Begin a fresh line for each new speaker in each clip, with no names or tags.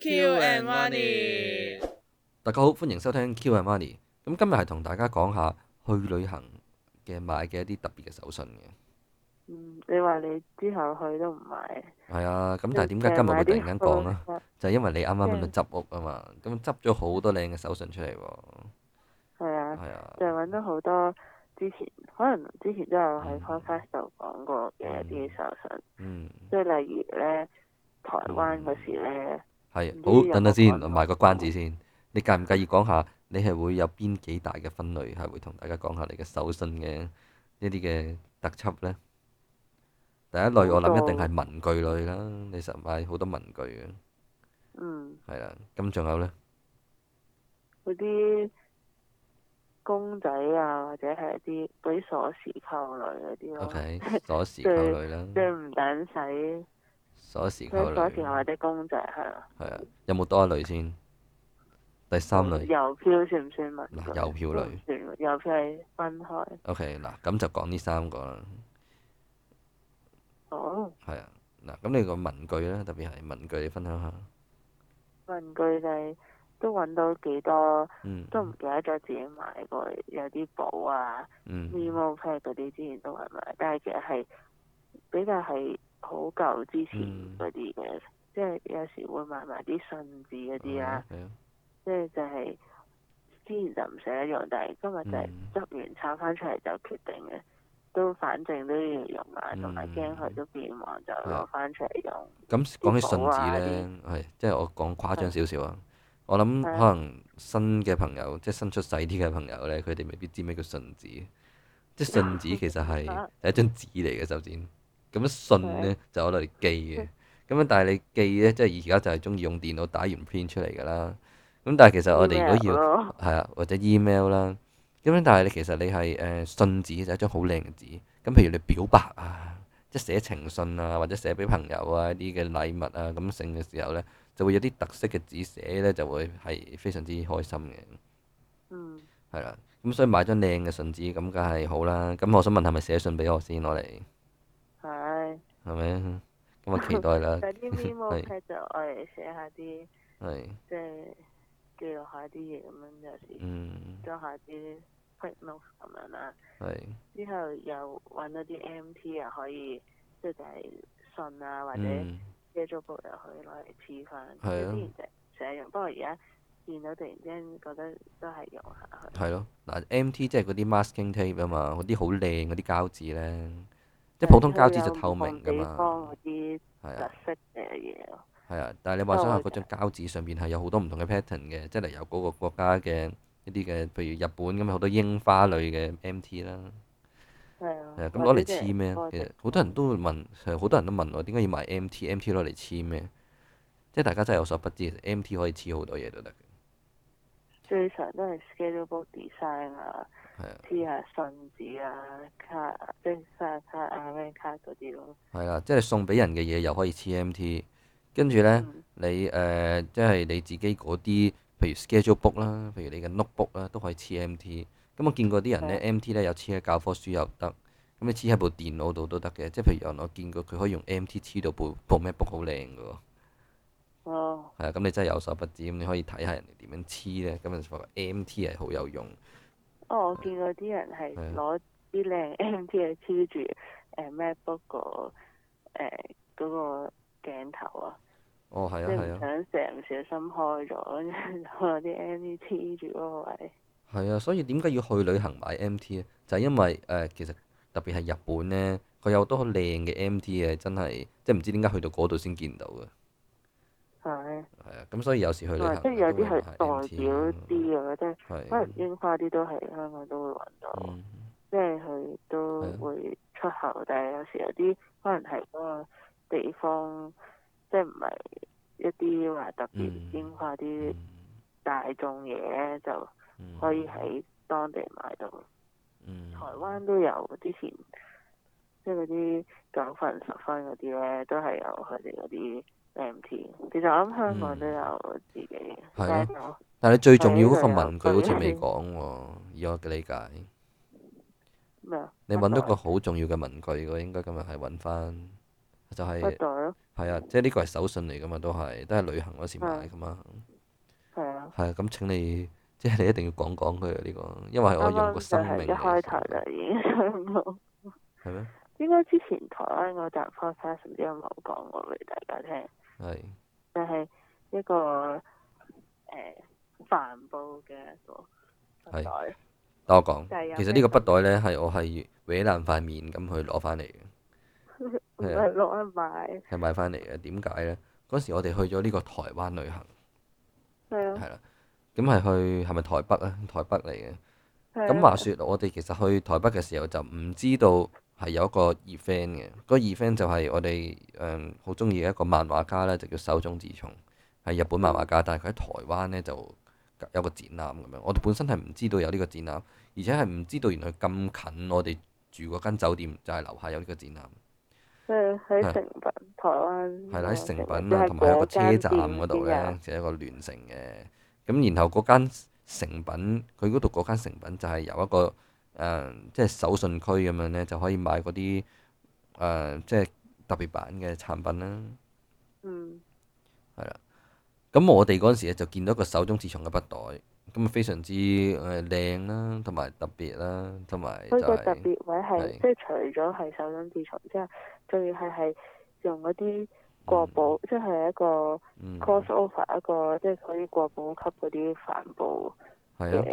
Q and Money，
大家好，歡迎收聽 Q and Money。咁今日係同大家講下去旅行嘅買嘅一啲特別嘅手信嘅。
嗯，你話你之後去都唔買，
係啊，咁但係點解今日會突然間講
咧
呢？？就係因為你啱啱喺度
嗯
執屋啊嘛，咁執咗好多靚嘅手信出嚟喎。
係啊，
係啊
就，係揾到好多之前可能之前都有喺
嗯
podcast 度講過嘅一啲手信，
嗯，
即係例如咧台灣嗰時咧，
係
唔。知有
好，
冇
等等先，
講過
賣個關子先。你介唔介意講下你係會有邊幾大嘅分類係會同大家講下你嘅手信嘅一啲嘅特輯呢？第一類我諗一定係文具類啦，你實買好多文具嘅。
嗯，
係啦，咁仲有咧，
嗰啲公仔啊，或者係一啲嗰啲鎖匙扣類嗰啲
o
咯，
k 鎖匙扣類
即係
啦，
唔等使，
鎖匙
即
扣
係
類，
鎖匙
係
或者公仔係啊。
啊，有冇多一類先？第三類
郵票算唔算文具？
嗱郵票類
都唔算喎，郵票係分開。
，OK，嗱，咁就講呢三個啦，
哦，
係啊，嗱，咁你個文具咧，特別係文具，你分享下，
文具就係都揾到幾多。
嗯，
都唔記得咗自己買過有啲簿啊、
嗯，
memo pad 嗰啲之前都係買，但係其實係比較係好舊之前
嗯
嗰啲嘅，即係有時會買埋啲信紙嗰啲
係
啊，
係啊，
即係就係之前就唔捨得用，但係今日就係
嗯
執完抄翻出嚟就決定嘅，都反正都要用啊，同埋驚
嗯
佢都變黃就攞翻出嚟用。
咁講起信
啊
紙咧
啲，
係即係我講誇張少少啊。我諗
係
可
啊
能新嘅朋友，即係新出世啲嘅朋友咧，佢哋未必知咩叫信紙。即係信 紙其實係
啊
係一張紙嚟嘅，首先。咁信咧就攞嚟記嘅。咁樣但係你記咧，即係而家就係中意用電腦打完 print 出嚟㗎啦。咁但係其實我哋如
email
果
咯
要係啊，或者 email 啦。咁樣但係你其實你係誒、呃信紙就係一張好靚嘅紙。咁譬如你表白啊。即係寫情信啊，或者寫俾朋友啊一啲嘅禮物啊咁性嘅時候呢，就會有啲特色嘅紙寫呢，就會係非常之開心嘅，
嗯，
係啦。咁所以買張靚嘅信紙咁梗係好啦。咁我想問係咪寫信俾我先攞嚟，
係。
係咪？咁啊期 待啦，
但啲 memo
係
pad 就我嚟寫下啲。
係
即係記錄下啲嘢咁樣，有時
嗯
裝下啲 quick notes 咁樣啦。
係
之後又揾到啲 MT 啊，可以即係就係信啊，或者
嗯
schedule book 又可以攞嚟黐翻。
係啊
之前就成日用，不過而家見到突然之間覺得都係用下佢。
係咯嗱，MT 即係嗰啲 masking tape 啊嘛，嗰啲好靚嗰啲膠紙呢，即係普通膠紙就透明㗎
啊地方
嘛
嗰，啲
係啊
特。色嘅嘢咯。
係啊，但係你幻想下
都
嗰
會
張膠紙上邊係有好多唔同嘅 pattern 嘅，即係例如有嗰個國家嘅一啲嘅，譬如日本咁有好多櫻花類嘅 MT 啦。
係啊
係啊，咁
或
攞
者
嚟黐咩？
即係
其實好多人都會問，其實好多人都問我點解要買 MT？MT 攞嚟黐咩？即係大家真係有所不知其實，MT 可以黐好多嘢都得嘅。
最常都係 schedule book design 啊。
係啊，
T 啊、信紙啊、卡啊即係生日卡啊、咩卡嗰啲咯。
係啦，即係送俾人嘅嘢又可以黐 MT，跟住呢。
嗯
你誒、呃即係你自己嗰啲，譬如 schedule book 啦，譬如你嘅 notebook 啦，都可以黐 MT。咁我見過啲人咧，MT 咧有黐喺教科書又得，咁你黐喺部電腦度都得嘅。即係譬如有人我見過佢可以用 MT 黐到部部 MacBook 好靚嘅喎，
哦，
係啊，咁你真係有所不知，咁你可以睇下人哋點樣黐咧，咁就發覺 MT 係好有用。
哦，我見過啲人係
係啊
攞啲靚 M T 嚟黐住誒 MacBook 個誒嗰個鏡頭啊，
哦，係
即
啊，
係
係
唔
啊，
想成唔小心開咗，跟住就攞啲 M T 黐住嗰個位。
係啊，所以點解要去旅行買 MT 咧？就係因為誒、呃其實特別係日本咧，佢有好多好靚嘅 MT 嘅，真係即係唔知點解去到嗰度先見到嘅。
係，
係啊，咁所以有時去旅
同埋
行
即係有啲係
係
代表啲嘅，即係可能
啊係，啊
櫻花啲都係香港都會揾到。
嗯
即係佢都
係啊
會出口，但係有時有啲可能係嗰個地方，即係唔係一啲話特
嗯
別櫻花啲
嗯
大眾嘢咧，就
嗯
可以喺當地買到。
嗯
台灣都有之前，即係嗰啲九份十分嗰啲咧，都係有佢哋嗰啲 MT。其實我諗香港都有自己嘅，
嗯係
但係
啊
就
但係你最重要嗰個
係啊
文具好似未
係啊
講喎，以我嘅理解，
咩啊？啊
你揾到
乜
個
鬼
好重要嘅文具喎，應該今日係揾翻就係、
筆袋咯，
係啊，即係呢個係手信嚟噶嘛，都係都係旅行嗰時買噶嘛。
係啊。
係啊，咁請你即係你一定要講講佢啊呢個，因為係我
啱
用
啱
個
就
生命
係一
嚟
開
形容
頭就已經想到，
係咩？
應該之前台灣嗰集 podcast 唔知有冇講過俾大家聽，
係
就係、一個誒、呃、帆布嘅一個
係啊
筆袋，
等我講
就係有，
其實呢個筆袋咧係我係搲爛塊面咁去攞翻嚟 嘅，啊
唔係攞去買，
係買翻嚟嘅。點解咧？嗰時我哋去咗呢個台灣旅行，
係啊，
係啦，咁係去係咪台北啊？台北嚟嘅。
係啊
咁話說，我哋其實去台北嘅時候就唔知道係有一個 event 嘅，個 event 就係我哋誒好中意嘅一個漫畫家咧，就叫手冢治蟲，係日本漫畫家，但係佢喺台灣咧就有個展覽咁樣。我哋本身係唔知道有呢個展覽，而且係唔知道原來咁近我哋住嗰間酒店就係樓下有呢個展覽。
係喺
係
成品台灣
係啦，喺成品
啊，
啊，同埋喺個車
嗰間
站
店
嗰度
先有
咧，就有一個聯城嘅。咁然後嗰間成品，佢嗰度嗰間成品就係有一個誒、呃即係手信區咁樣咧，就可以買嗰啲誒，即係特別版嘅產品啦。
嗯，
咁我哋嗰陣時咧就見到一個手中自創嘅筆袋，咁啊非常之誒靚啦，同埋特別啦，同埋就
佢個
係、
特別位係
係
即係除咗係手工自從之後，仲要係係用嗰啲國寶，即係一個
嗯
crossover 一個即係嗰啲國寶級嗰啲帆布
係啊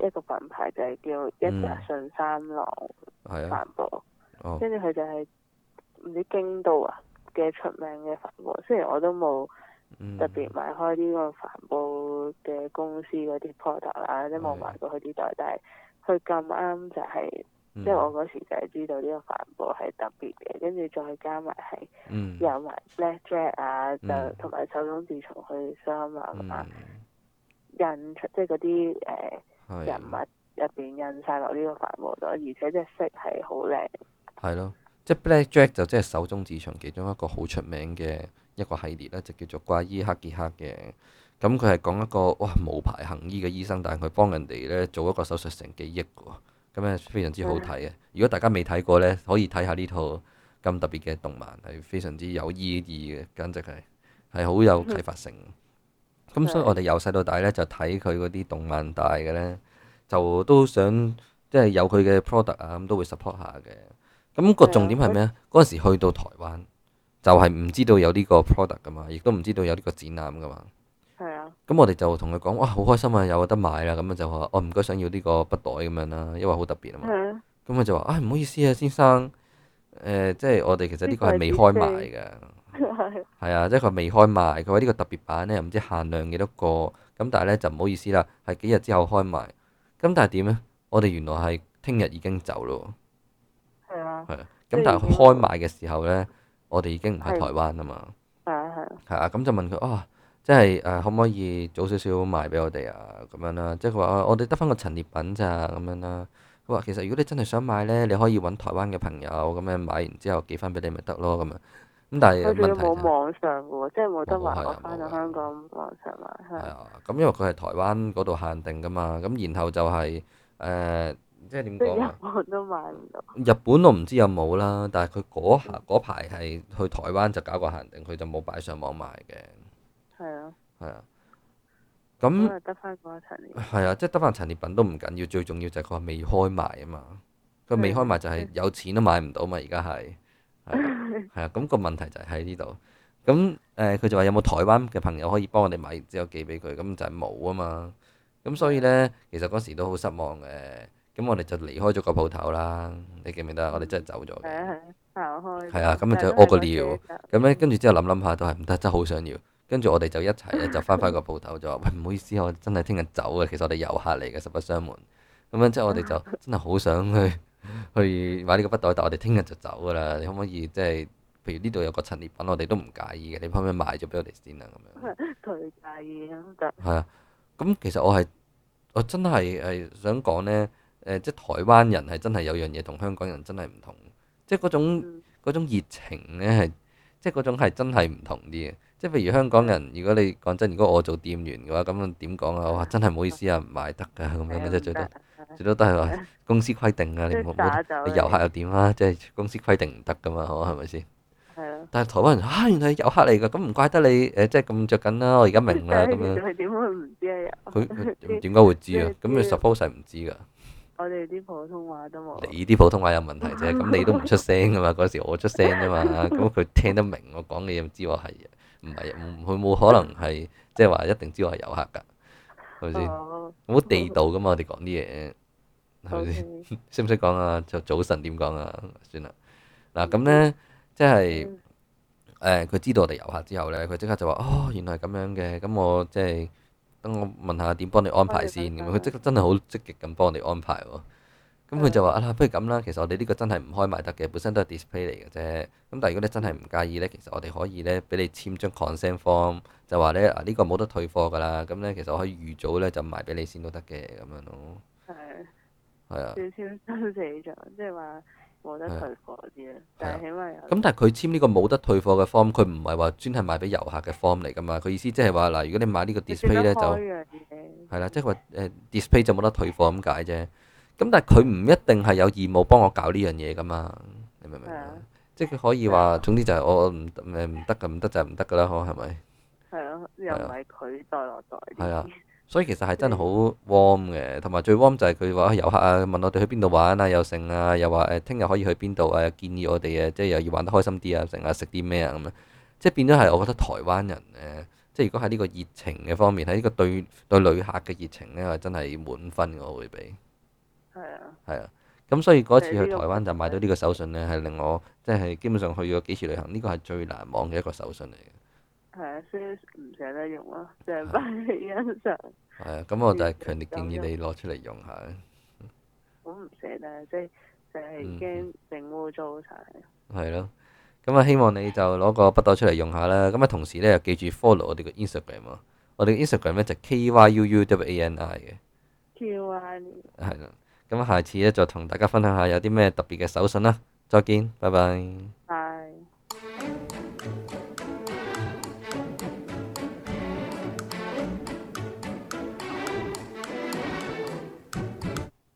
嘅一個品牌，就係叫一
嗯
澤信三郎
係啊
帆布，
哦
跟住佢就係唔知京都啊嘅出名嘅帆布，雖然我都冇。
嗯
特別買開呢個帆布嘅公司嗰啲 product 啦，即係冇買過佢啲袋，但係佢咁啱就係、
嗯
即係我嗰時就係知道呢個帆布係特別嘅，跟住再加埋係
嗯
有埋 black jack 啊，
嗯
就同埋手工自從去衫啊咁啊，
嗯
印出即係嗰啲誒
係
人物入邊印晒落呢個帆布度，而且隻色係好靚，
係咯，即係 Black Jack 就即係手中市場其中一個好出名嘅一個系列啦，就叫做怪醫黑傑克嘅。咁佢係講一個哇無牌行醫嘅醫生，但係佢幫人哋咧做一個手術成幾億喎，咁咧非常之好睇嘅。如果大家未睇過咧，可以睇下呢套咁特別嘅動漫，係非常之有意義嘅，簡直係係好有啟發性。咁所以我哋由細到大咧就睇佢嗰啲動漫大嘅咧，就都想即係有佢嘅 product 啊，咁都會 support 下嘅。咁、個
係啊
重點係咩啊？嗰陣時去到台灣，就係、唔知道有呢個 product 噶嘛，亦都唔知道有呢個展覽噶嘛。
係啊，
咁我哋就同佢講，哇，好開心啊，有得買啦！咁啊就話，哦，唔該，想要呢個筆袋咁樣啦，因為好特別啊嘛。
係啊，
咁佢就話，啊，唔好意思啊，先生，誒、即係我哋其實呢個係未開賣嘅，
係
係啊，即係佢未開賣。佢話呢個特別版咧，唔知限量幾多個，咁但係咧就唔好意思啦，係幾日之後開賣。咁但係點咧？我哋原來係聽日已經走咯
係啊，
喎，係啊。
即
咁
係
但係
已
佢
經
開賣嘅時候咧，我哋已經唔喺
係
台灣啊嘛。
係啊，係啊，
係啊，咁就問佢啊，即係誒、可唔可以早少少賣俾我哋啊？咁樣啦，即係佢話啊我哋得翻個陳列品咋咁樣啦。佢話其實如果你真係想買咧，你可以揾台灣嘅朋友咁樣買完之後寄翻俾你咪得咯咁樣。咁但係啊
佢仲
問
要
題就
冇
係
網上嘅喎，即係冇得
冇
買，
係啊
我翻
冇
到
㗎
香港網上買，係
係
啊。
啊，咁因為佢係台灣嗰度限定噶嘛，咁然後就係、誒即係點
即係
講啊
日？本都買唔到，
日本我唔知有冇啦，但係佢嗰
嗯
下嗰排係去台灣就搞個限定，佢就冇擺上網賣嘅，
係啊，
係啊。咁
咁啊得翻嗰層嘢，
係啊，即係得翻陳列品都唔緊要，最重要就係佢話未開賣啊嘛。佢未開賣就
嗯
係有錢都買唔到嘛，而家係係啊係 啊。咁個問題就係喺呢度。咁誒，呃佢、就話有冇台灣嘅朋友可以幫我哋買完之後寄俾佢，咁就係冇啊嘛。咁所以呢，
嗯
其實嗰時都好失望嘅。咁我哋就離開咗個鋪頭啦。你記唔記得啊？我哋真係走咗
係啊
嘅。
係啊，行開。
係啊咁
但
咪
係
就
都係
屙個
嗰
尿
幾隻
咁呢，跟住之後諗諗下都係唔得，真係好想要。跟住我哋就一齊咧就翻返個鋪頭，就話喂唔好意思，我真係聽日走啊嘅，其實我哋遊客嚟嘅，實不相瞞。咁樣即係我哋就真係好想去 去買呢個筆袋，但我哋聽日就走㗎啦。你可唔可以即係譬如呢度有個陳列品，我哋都唔介意嘅，你可唔可以賣咗俾我哋先啊？咁樣。
佢介意咁就
係啊，咁其實我係我真係係想講呢，誒、即係台灣人係真係有樣嘢同香港人真係唔同，即係嗰種
嗯
嗰種熱情呢，係即係嗰種係真係唔同啲嘅。即係譬如香港人，如果你講真，如果我做店員嘅話，咁點講啊？哇，真係唔好意思啊，唔賣得㗎咁樣
係
咧，
啊
即係最多
唔得
最多都係話公司規定啊，
即
你冇
係
冇
打走
你
你
遊客又點啊？即係公司規定唔得㗎嘛，係咪先？
係啊。
但係台灣人啊，原來係遊客嚟㗎，咁唔怪得你誒，即係咁着緊啦，我而家明啦 咁
但係其
樣。
實佢點會唔知啊？
佢 佢點解會知啊？咁
即係
佢 suppose 係唔知㗎。
我哋啲普通話都冇。
你啲普通話有問題啫，咁你都唔出聲噶嘛？嗰時我出聲啫嘛，咁佢聽得明我講嘅嘢，知我係唔係唔佢冇可能係即係話一定知我係遊客㗎，係咪先？
哦
好地道噶嘛，我哋講啲嘢係 咪先？
，OK，
識唔識講啊？就早晨點講啊？算啦，嗱咁咧，即係。
嗯
誒佢知道我哋遊客之後咧，佢即刻就話：哦，原來係咁樣嘅，咁我即係等我問下點幫你安排先。咁
幫你安排
佢即刻真係好積極咁幫我哋安排喎。咁佢就話：啊，不如咁啦，其實我哋呢個真係唔開賣得嘅，本身都係 display 嚟嘅啫。咁但係如果你真係唔介意咧，其實我哋可以咧俾你簽張 consent form，就話咧啊呢個冇得退貨㗎啦。咁咧其實我可以預早咧就賣俾你先都得嘅咁樣咯。
係
係啊
少，少心死咗，即係話冇得退貨啲啦。但係起碼有
啊咁但係佢簽呢個冇得退貨嘅 form，佢唔係話專係賣俾遊客嘅 form 嚟㗎嘛。佢意思即係話嗱，如果你買呢個 display 咧就。係啦，即係話誒 display 就冇得退貨咁解啫。咁但係佢唔一定係有義務幫我搞呢樣嘢噶嘛，你明唔明
係
啊
啊？
即係佢啊可以話，總之就係我我呃唔誒唔得㗎，唔得就係唔得㗎啦，可係咪？
係咯，又唔係佢袋落袋。
啊係啊，所以其實係真係好 warm 嘅，同埋最 warm 就係佢話啊遊客啊問我哋去邊度玩啊，又剩啊，又話誒聽日可以去邊度啊，建議我哋誒即係又要玩得開心啲啊，剩啊食啲咩啊咁樣，即係變咗係我覺得台灣人誒，即係如果喺呢個熱情嘅方面，喺呢個對對旅客嘅熱情咧，係真係滿分嘅，我會俾。
係啊，
係啊，咁所以嗰次去
就係呢
台
個
灣就買到呢個手信咧，係令我即係基本上去咗幾次旅行，呢個係最難忘嘅一個手信嚟嘅。
係啊，所以唔捨得用咯，就 係擺嚟欣賞。
係啊，
嗯
咁我就係強烈建議你攞出嚟用下。
好唔捨得，即係就
嗯
係驚整污糟晒。
係咯。咁啊，希望你就攞個筆袋出嚟用下啦。咁啊，同時咧又記住 follow 我哋嘅 Instagram 啊。我哋嘅 Instagram 咧就 K Y U U W A N I 嘅，
Q 啊，
係啦。咁啊，下次咧就同大家分享下有啲咩特別嘅手信啦。再見，拜拜。
拜。